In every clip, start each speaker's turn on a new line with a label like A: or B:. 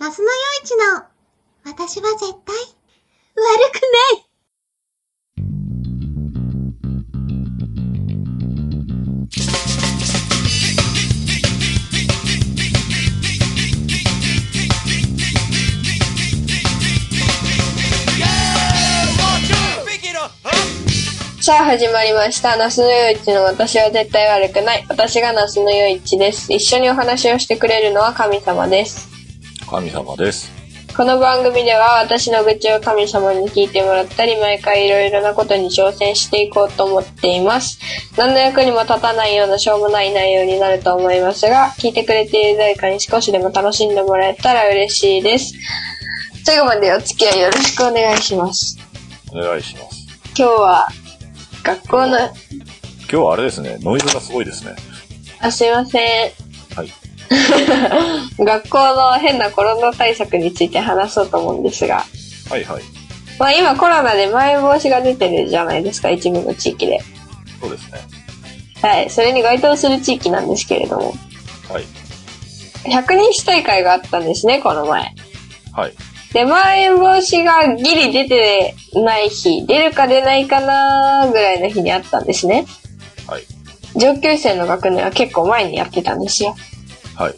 A: ラスのよいちの、私は絶対、悪くない
B: さあ始まりました「那須のよいちの私は絶対悪くない」私が那須のよいちです一緒にお話をしてくれるのは神様です
C: 神様です。
B: この番組では私の愚痴を神様に聞いてもらったり毎回いろいろなことに挑戦していこうと思っています何の役にも立たないようなしょうもない内容になると思いますが聞いてくれている誰かに少しでも楽しんでもらえたら嬉しいです最後までお付き合いよろしくお願いします
C: お願いします。
B: 今日は学校の
C: 今日はあれですね、ノイズがすごいですね。
B: あ、すいません。
C: はい。
B: 学校の変なコロナ対策について話そうと思うんですが、
C: はいはい。
B: まあ今コロナでまん延防止が出てるじゃないですか、一部の地域で。
C: そうですね。
B: はい。それに該当する地域なんですけれども、
C: はい。
B: 100人市大会があったんですね、この前。
C: はい。
B: で、まん延防止がギリ出てない日、出るか出ないかなぐらいの日にあったんですね。
C: はい。
B: 上級生の学年は結構前にやってたんですよ。
C: はい。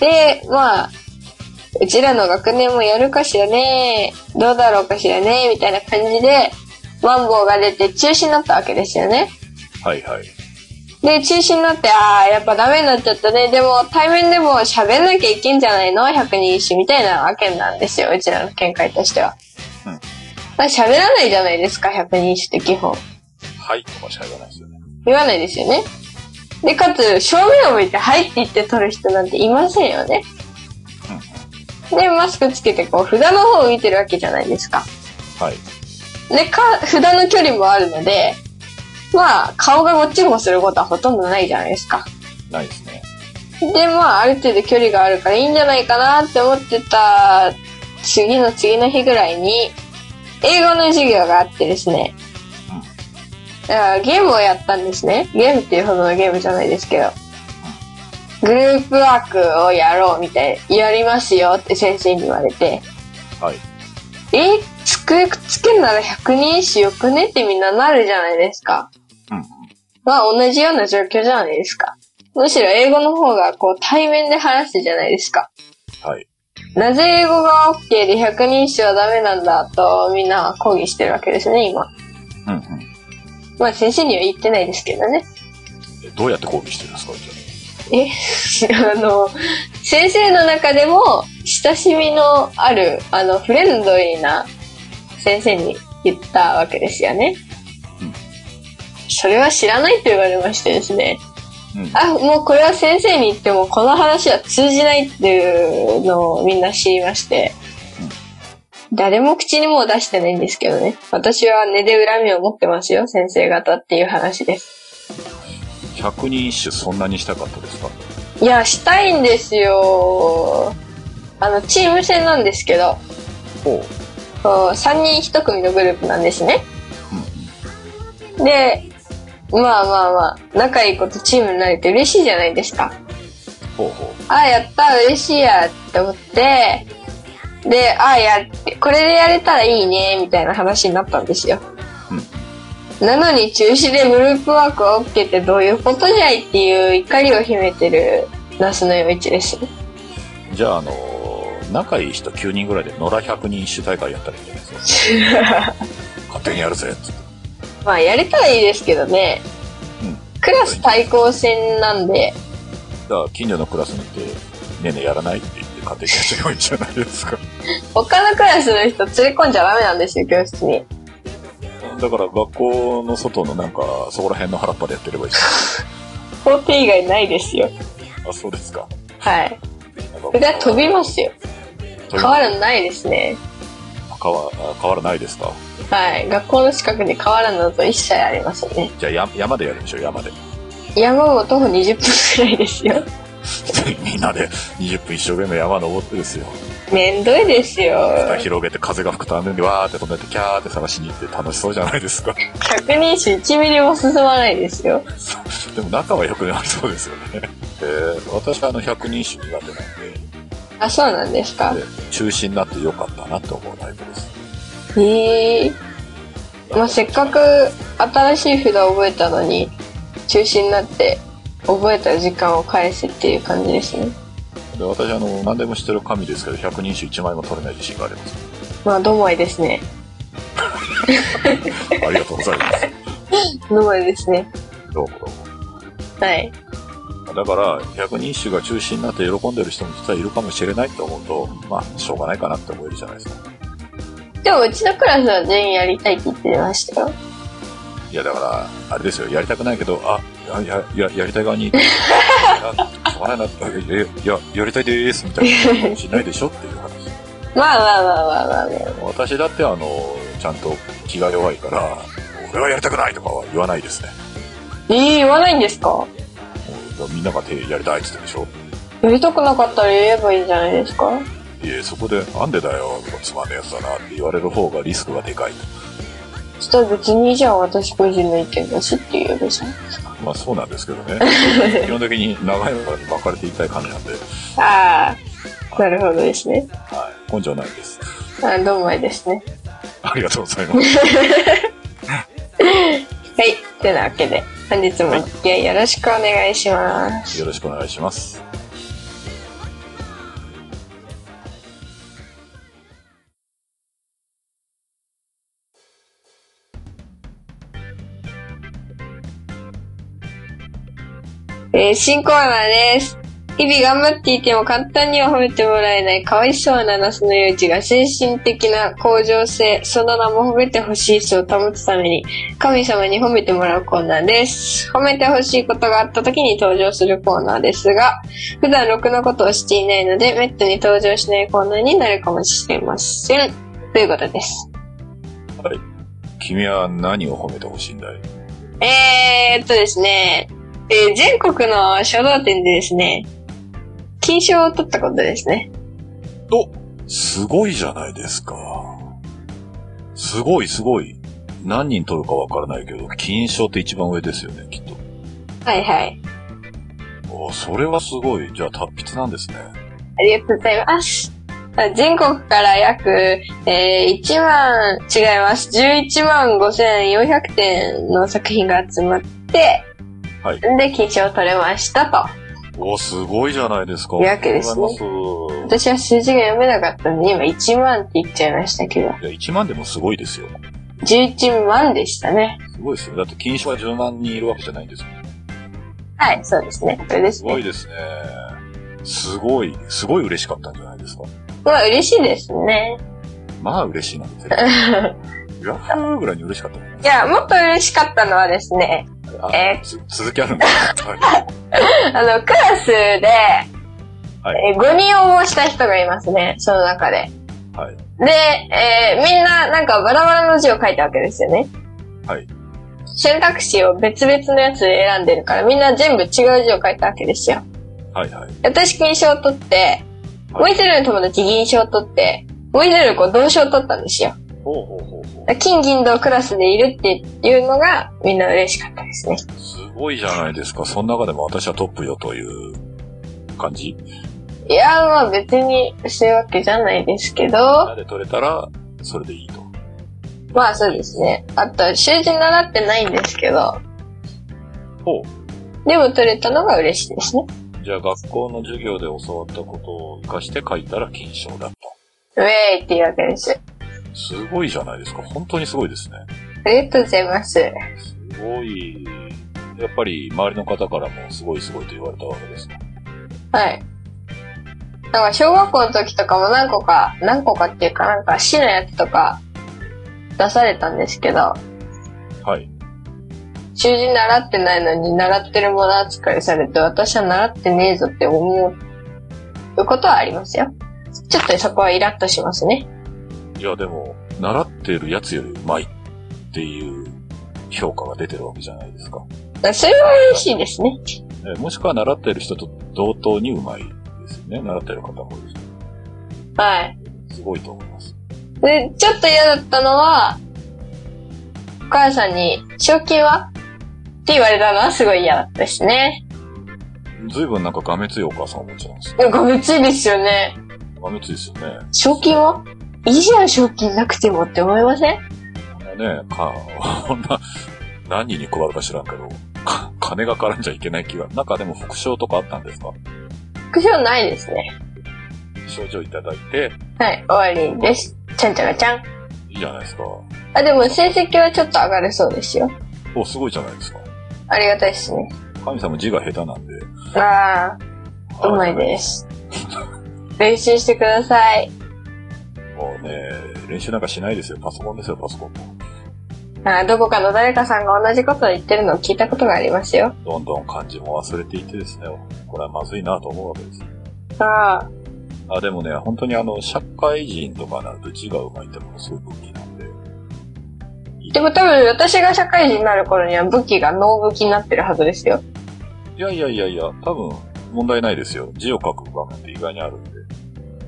B: で、まあ、うちらの学年もやるかしらねどうだろうかしらねみたいな感じで、マンボウが出て中止になったわけですよね。
C: はいはい。
B: で、中止になって、ああ、やっぱダメになっちゃったね。でも、対面でも喋んなきゃいけんじゃないの ?100 人一首みたいなわけなんですよ。うちらの見解としては。
C: うん
B: だから喋らないじゃないですか、100人一首って基本。
C: はい。とかしか言わないですよね。
B: 言わないですよね。で、かつ、正面を向いて、はいって言って撮る人なんていませんよね。で、マスクつけて、こう、札の方を見てるわけじゃないですか。
C: はい。
B: で、か、札の距離もあるので、まあ、顔がごっちもすることはほとんどないじゃないですか。
C: ないですね。
B: で、まあ、ある程度距離があるからいいんじゃないかなって思ってた、次の次の日ぐらいに、英語の授業があってですね
C: うん。
B: だからゲームをやったんですね。ゲームっていうほどのゲームじゃないですけど。グループワークをやろうみたいな、やりますよって先生に言われて。
C: はい。
B: え、机くっつけるなら100人しよくねってみんななるじゃないですか。
C: うん。
B: まあ同じような状況じゃないですか。むしろ英語の方がこう対面で話すじゃないですか。
C: はい。
B: なぜ英語が OK で100人一首はダメなんだとみんなは抗議してるわけですね、今。
C: うんうん。
B: まあ先生には言ってないですけどね。
C: えどうやって抗議してるんですか、じ
B: え、 あの、先生の中でも親しみのある、あの、フレンドリーな先生に言ったわけですよね
C: うん。
B: それは知らないと言われましてですね。
C: ゃあ。
B: あ、もうこれは先生に言ってもこの話は通じないっていうのをみんな知りまして、誰も口にも出してないんですけどね。私は根で恨みを持ってますよ、先生方っていう話です。
C: うん。100人一首そんなにしたかったですか
B: いや、したいんですよ。あの、チーム戦なんですけど、
C: ほう。
B: こう3人1組のグループなんですね。で、まあまあまあ、仲いい子とチームになれて嬉しいじゃないですか。
C: ほうほ
B: あ、やった、嬉しいや、って思って、で、あ、や、これでやれたらいいね、みたいな話になったんですよ。なのに中止でグループワークは OK ってどういうことじゃいっていう怒りを秘めてるナスの夜市です。
C: う。じゃあ、あのー仲いい人9人ぐらいで野良100人一首大会やったらいいんじゃないですか。勝手にやるぜっつって。
B: まあ、やれたらいいですけどね。
C: うん。
B: クラス対抗戦なんで、
C: だから近所のクラスに行って、ねえねえやらないって言って勝手にやっちゃえばいいんじゃないですか。
B: 他のクラスの人連れ込んじゃダメなんですよ、教室に。
C: だから学校の外のなんか、そこら辺の原っぱでやってればいいじ
B: 法廷以外ないですよ。
C: ゃん。あ、そうですか。
B: はい。
C: なんか
B: 札飛びますよ。
C: 飛び
B: 変わらないですね。
C: 変わあ変わらないですか。
B: はい。学校の近くで変わらんのと一切ありませんね。
C: じゃあや山でやりましょう、山で。
B: 山も徒歩20分くらいですよ。
C: みんなで20分一生懸命山登ってですよ。
B: めんどいですよ。
C: 蓋広げて風が吹くためにわーって飛んでってキャーって探しに行って楽しそうじゃないで すか。
B: 100人種1ミリも進まないですよ。
C: でも仲は良くなりそうですよね。えー、私はあの100人種苦手なんで、
B: あ、そうなんですか。
C: 中止になってよかったなと思うタイプです。
B: へえまあ、せっかく新しい札を覚えたのに、中止になって覚えた時間を返せっていう感じですね。
C: で私あの、何でも知ってる神ですけど、100人種1枚も取れない自信があります。
B: まあ、どもいですね。
C: ありがとうございます。
B: どもいですね。
C: どうもどうも。
B: はい。
C: だから、百人種が中心になって喜んでる人も実はいるかもしれないと思うと、まあ、しょうがないかなって思えるじゃないですか。
B: でも、うちのクラスは全員やりたいって言ってましたよ。
C: いや、だから、あれですよ、やりたくないけど、あ、いや、いや、やりたい側に、いやしょうがないな、あいや、いや、やりたいでーす、みたいなことしないでしょっていう話。
B: まあまあまあまあまあまあ。
C: 私だって、あの、ちゃんと気が弱いから、俺はやりたくないとかは言わないですね。
B: ええ言わないんですか
C: もうみんなが手やりたいって言ってるでしょ。
B: やりたくなかったら言えばいいんじゃないですか
C: いえ、そこで、なんでだよ、つまんねえやつだなって言われる方がリスクがでかいと。
B: そしたら別にじゃあ私個人の意見だしっていう べじゃん。
C: まあそうなんですけどね。 基本的に長いのに巻かれていきたい感じなんで、
B: ああ、なるほどですね。
C: はい、根性ないです。
B: あどうもいですね。
C: ありがとうございます。
B: はい。てなわけで、本日もお付き合いよろしくお願いします。
C: よろしくお願いします。
B: えー新コーナーです。日々頑張っていても簡単には褒めてもらえないかわいそうなナスの用地が精神的な向上性、その名も褒めてほしい人を保つために神様に褒めてもらうコーナーです。褒めてほしいことがあった時に登場するコーナーですが、普段ろくなことをしていないので、めったに登場しないコーナーになるかもしれません。ということです。
C: はい。君は何を褒めてほしいんだい
B: えーっとですね、えー全国の書道展でですね、金賞を取ったことですね。
C: と、すごいじゃないですか。すごいすごい。何人取るかわからないけど、金賞って一番上ですよね、きっと。
B: はいはい。
C: おそれはすごい。じゃあ達筆なんですね。
B: ありがとうございます。全国から約、えー1万、違います。11万5400点の作品が集まって、
C: はい
B: で、金賞を取れましたと。
C: おすごいじゃないですか。
B: いいわけですね
C: ありがとうございます
B: 私は数字が読めなかったんで、今1万って言っちゃいましたけど、
C: いや、1万でもすごいですよ。
B: 11万でしたね。
C: すごいですよ。だって金賞は10万人いるわけじゃないんですよ
B: はい、そうですね。これです
C: す
B: ね
C: ごい。ですね。すごい、すごい嬉しかったんじゃないですか。
B: まあ嬉しいですね。
C: まあ嬉しいなんですよ。いやーぐらいに嬉しかったと思いま
B: いや、もっと嬉しかったのはですね、
C: すあ
B: え
C: つ続きあるんですか、はい
B: あの、クラスで、
C: はい
B: えー5人応募した人がいますね、その中で。
C: はい
B: で、えーみんな、なんかバラバラの字を書いたわけですよね。
C: はい。
B: 選択肢を別々のやつで選んでるから、みんな全部違う字を書いたわけですよ。
C: はいはい。
B: 私、金賞を取って、もう一人の友達、銀賞を取って、もう一人の子、銅賞を取ったんですよ。
C: ほうほうほうほ
B: 金、銀、銅クラスでいるっていうのが、みんな嬉しかったですね。
C: う。すごいじゃないですか。その中でも私はトップよという感じ。
B: いや、まあ別にそういうわけじゃないですけど、
C: で取れたら、それでいいと。
B: まあそうですね。あと、習字習ってないんですけど、
C: ほう。
B: でも取れたのが嬉しいですね。
C: じゃあ学校の授業で教わったことを活かして書いたら金賞だっ
B: ウェーイっていうわけです。
C: た。すごいじゃないですか。本当にすごいですね。
B: ありがとうございます。
C: すごい。やっぱり周りの方からもすごいすごいと言われたわけですか。
B: はい。なんか小学校の時とかも何個か、何個かっていうかなんか市のやつとか出されたんですけど、
C: はい。
B: 習字習ってないのに習ってるもの扱いされて私は習ってねえぞって思うことはありますよ。ちょっとそこはイラッとしますね。
C: いや、でも、習ってるやつよりうまいっていう評価が出てるわけじゃないですか。
B: それは嬉しいですね。
C: えもしくは習ってる人と同等にうまいですよね。習ってる方も多いで
B: はい。
C: す。すごいと思います。
B: で、ちょっと嫌だったのは、お母さんに、賞金はって言われたのはすごい嫌だったですね。
C: ずいぶんなんかがめついお母さんをお持ちなんですね。
B: なんか別いですよね。
C: 豆ついですよね。
B: 賞金はいいじゃん、賞金なくてもって思いません
C: ねえ、か、こんな、何に配るか知らんけど、か金が絡んじゃいけない気が。なんかでも副賞とかあったんですか
B: 副賞ないですね。
C: 賞状いただいて、
B: はい、終わりです。ちゃんちゃらちゃん。
C: いいじゃないですか。
B: あ、でも成績はちょっと上がるそうですよ。
C: お、すごいじゃないですか。
B: ありがたいですね。
C: 神様字が下手なんで。
B: ああ、うまいです。練習してください。
C: もうね、練習なんかしないですよ。パソコンですよ、パソコンも。
B: あーどこかの誰かさんが同じことを言ってるのを聞いたことがありますよ。
C: どんどん漢字も忘れていってですね、これはまずいなと思うわけです。
B: ああ、
C: あ、でもね、本当にあの、社会人とかになると字が上手いってものすごい武器なんで。
B: でも多分私が社会人になる頃には武器が脳武器になってるはずですよ。
C: いやいやいやいや、多分問題ないですよ。字を書く場面って意外にあるんで。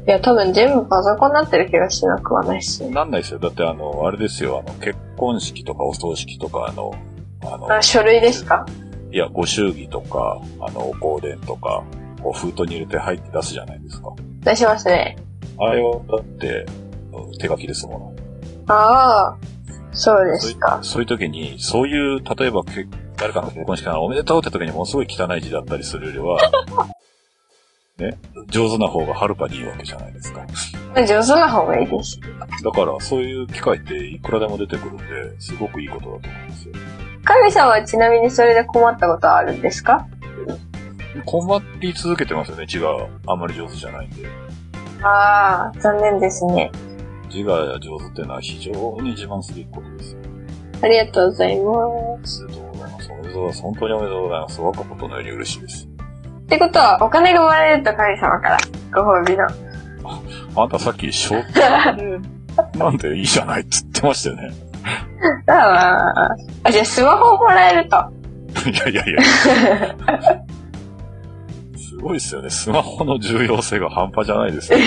B: いや、多分全部パソコンになってる気がしなくはないっすね。
C: なんないですよ。だってあの、あれですよ、あの、結婚式とかお葬式とか、あの、あの、
B: あ、書類ですか
C: いや、ご祝儀とか、あの、お香典とか、こう封筒に入れて入って出すじゃないですか。
B: 出しますね。
C: あれは、だって、手書きですもの。
B: ああ、そうですか。
C: そういう時に、そういう、例えばけ、誰かの結婚式からおめでとうって時にものすごい汚い字だったりするよりは、 ね、上手な方がはるかにいいわけじゃないですか。
B: 上手な方がいいです。
C: だから、そういう機会っていくらでも出てくるんで、すごくいいことだと思いますよ。
B: 神さんはちなみにそれで困ったことはあるんですか
C: 困り続けてますよね、字があんまり上手じゃないんで。
B: ああ、残念ですね。
C: 字が上手っていうのは非常に自慢すべきことですよ。
B: ありがとうございま
C: おめでとうございます。おめでとうございます。本当におめでとうございます。若いことのように嬉しいです。
B: す。ってことは、お金がもらえると神様から、ご褒美の。
C: あんたさっき、ショなんていいじゃないって言ってましたよね。
B: ああ、あじゃあスマホをもらえると。
C: いやいやいや。すごいですよね。スマホの重要性が半端じゃないで すよ。い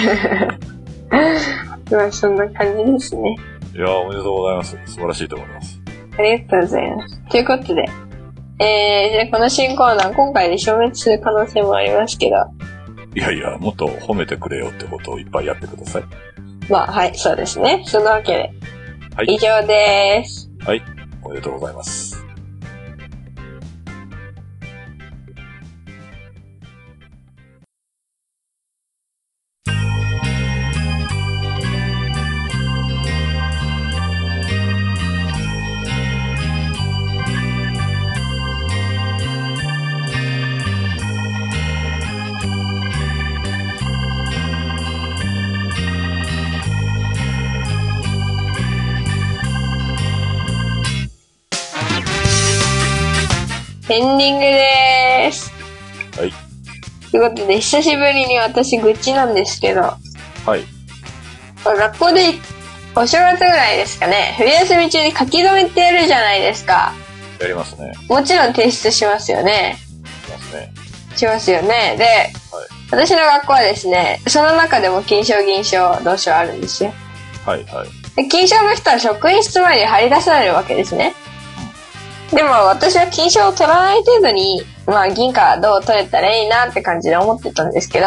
B: まあ、そんな感じですね。
C: やおめでとうございます。素晴らしいと思います。
B: ありがとうございます。ということで、えー、じゃあこの新コーナー、今回で消滅する可能性もありますけど、
C: いやいや、もっと褒めてくれよってことをいっぱいやってください。
B: まあ、はい、そうですね。そんなわけで、
C: はい
B: 以上です。
C: おめでとうございます。
B: エンディングです。
C: はい。
B: ということで、久しぶりに私、愚痴なんですけど、
C: はい。
B: 学校で、お正月ぐらいですかね、冬休み中に書き留めってやるじゃないですか。
C: やりますね。やり
B: もちろん提出しますよね。
C: ますね。
B: しますよね。で、私の学校はですね、その中でも金賞、銀賞、銅賞あるんですよ。
C: はいはい。
B: で金賞の人は職員室前に張り出されるわけですね。でも私は金賞を取らない程度に、まあ銀貨どう取れたらいいなって感じで思ってたんですけど、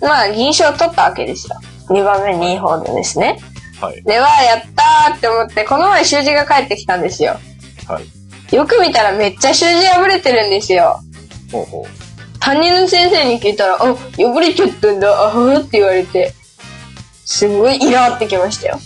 B: まあ銀賞を取ったわけですよ。2番目にいい方でですね。
C: はい。
B: では、やったーって思って、この前習字が返ってきたんですよ。
C: はい。
B: よく見たらめっちゃ習字破れてるんですよ。
C: ほうほう。
B: 担任の先生に聞いたら、あ、破れちゃったんだ、あはーって言われて、すごいイラってきましたよ。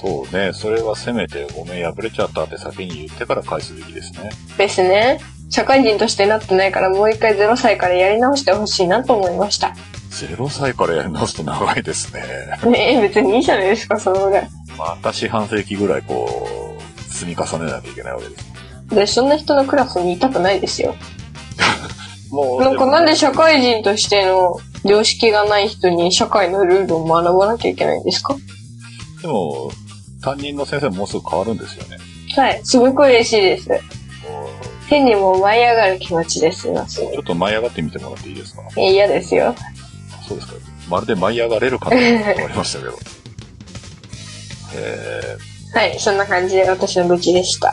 C: そうね。それはせめてごめん破れちゃったって先に言ってから返すべきですね。
B: ですね。社会人としてなってないから、もう一回0歳からやり直してほしいなと思いました。
C: 0歳からやり直すと長いですね。
B: ねえ、別にいいじゃないですか、そのぐらい。
C: また四半世紀ぐらいこう、積み重ねなきゃいけないわけで
B: 私、
C: す。
B: そんな人のクラスにいたくないですよ。
C: もう、
B: なんか
C: でも
B: なんで社会人としての良識がない人に社会のルールを学ばなきゃいけないんですか
C: でも、担任の先生ももうすぐ変わるんですよね。
B: はい、すごく嬉しいです。
C: もう
B: 手にも舞い上がる気持ちです。今すぐ
C: ちょっと舞い上がってみてもらっていいですか
B: え嫌ですよ。
C: そうですか。まるで舞い上がれるかと思いましたけど。 え
B: はい、そんな感じで私の愚痴でした。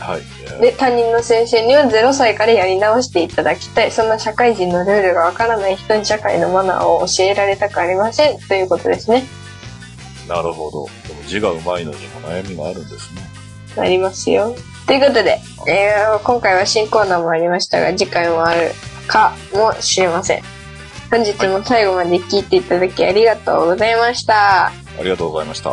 C: ー、はい。
B: で、他人の先生には0歳からやり直していただきたい。そんな社会人のルールがわからない人に社会のマナーを教えられたくありません。ということですね。
C: なるほど。でも字がうまいのにも悩みがあるんですね。
B: なりますよ。ということで、えー今回は新コーナーもありましたが、次回もあるかもしれません。本日も最後まで聞いていただきありがとうございました。
C: ありがとうございました。